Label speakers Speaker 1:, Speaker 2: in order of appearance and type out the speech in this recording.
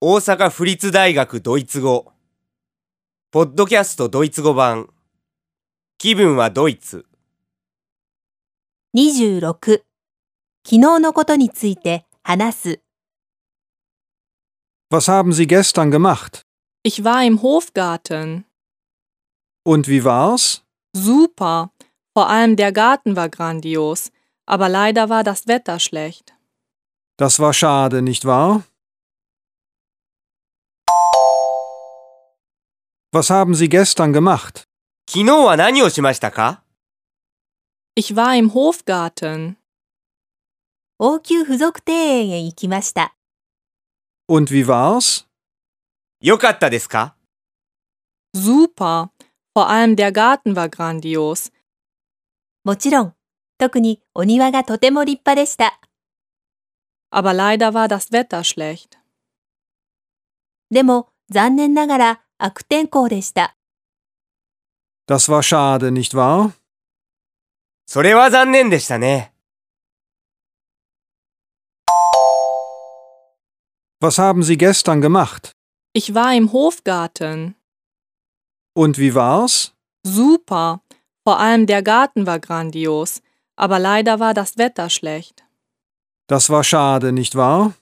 Speaker 1: 大阪府立大学ドイツ語ポッドキャストドイツ語版気分はドイツ
Speaker 2: 26昨日のことについて話す
Speaker 3: Was haben Sie gestern gemacht?
Speaker 4: Ich war im Hofgarten.
Speaker 3: Und wie war's?
Speaker 4: Super. Vor allem der Garten war grandios. Aber leider war das Wetter schlecht.
Speaker 3: Das war schade, nicht wahr? Was haben Sie gestern gemacht?
Speaker 1: 昨日は何をしましたか
Speaker 4: Ich war im Hofgarten.
Speaker 2: 応急附属庭園へ行きました
Speaker 3: Und wie war's?
Speaker 1: よかったですか
Speaker 4: Super. Vor allem der Garten war grandios.
Speaker 2: もちろん特にお庭がとても立派でした
Speaker 4: Aber leider war das Wetter schlecht.
Speaker 2: でも残念ながら悪天候でした
Speaker 3: Das war schade, nicht wahr?
Speaker 1: それは残念でしたね
Speaker 3: Was haben Sie gestern gemacht?
Speaker 4: Ich war im Hofgarten.
Speaker 3: Und wie war's?
Speaker 4: Super. Vor allem der Garten war grandios. Aber leider war das Wetter schlecht.
Speaker 3: Das war schade, nicht wahr?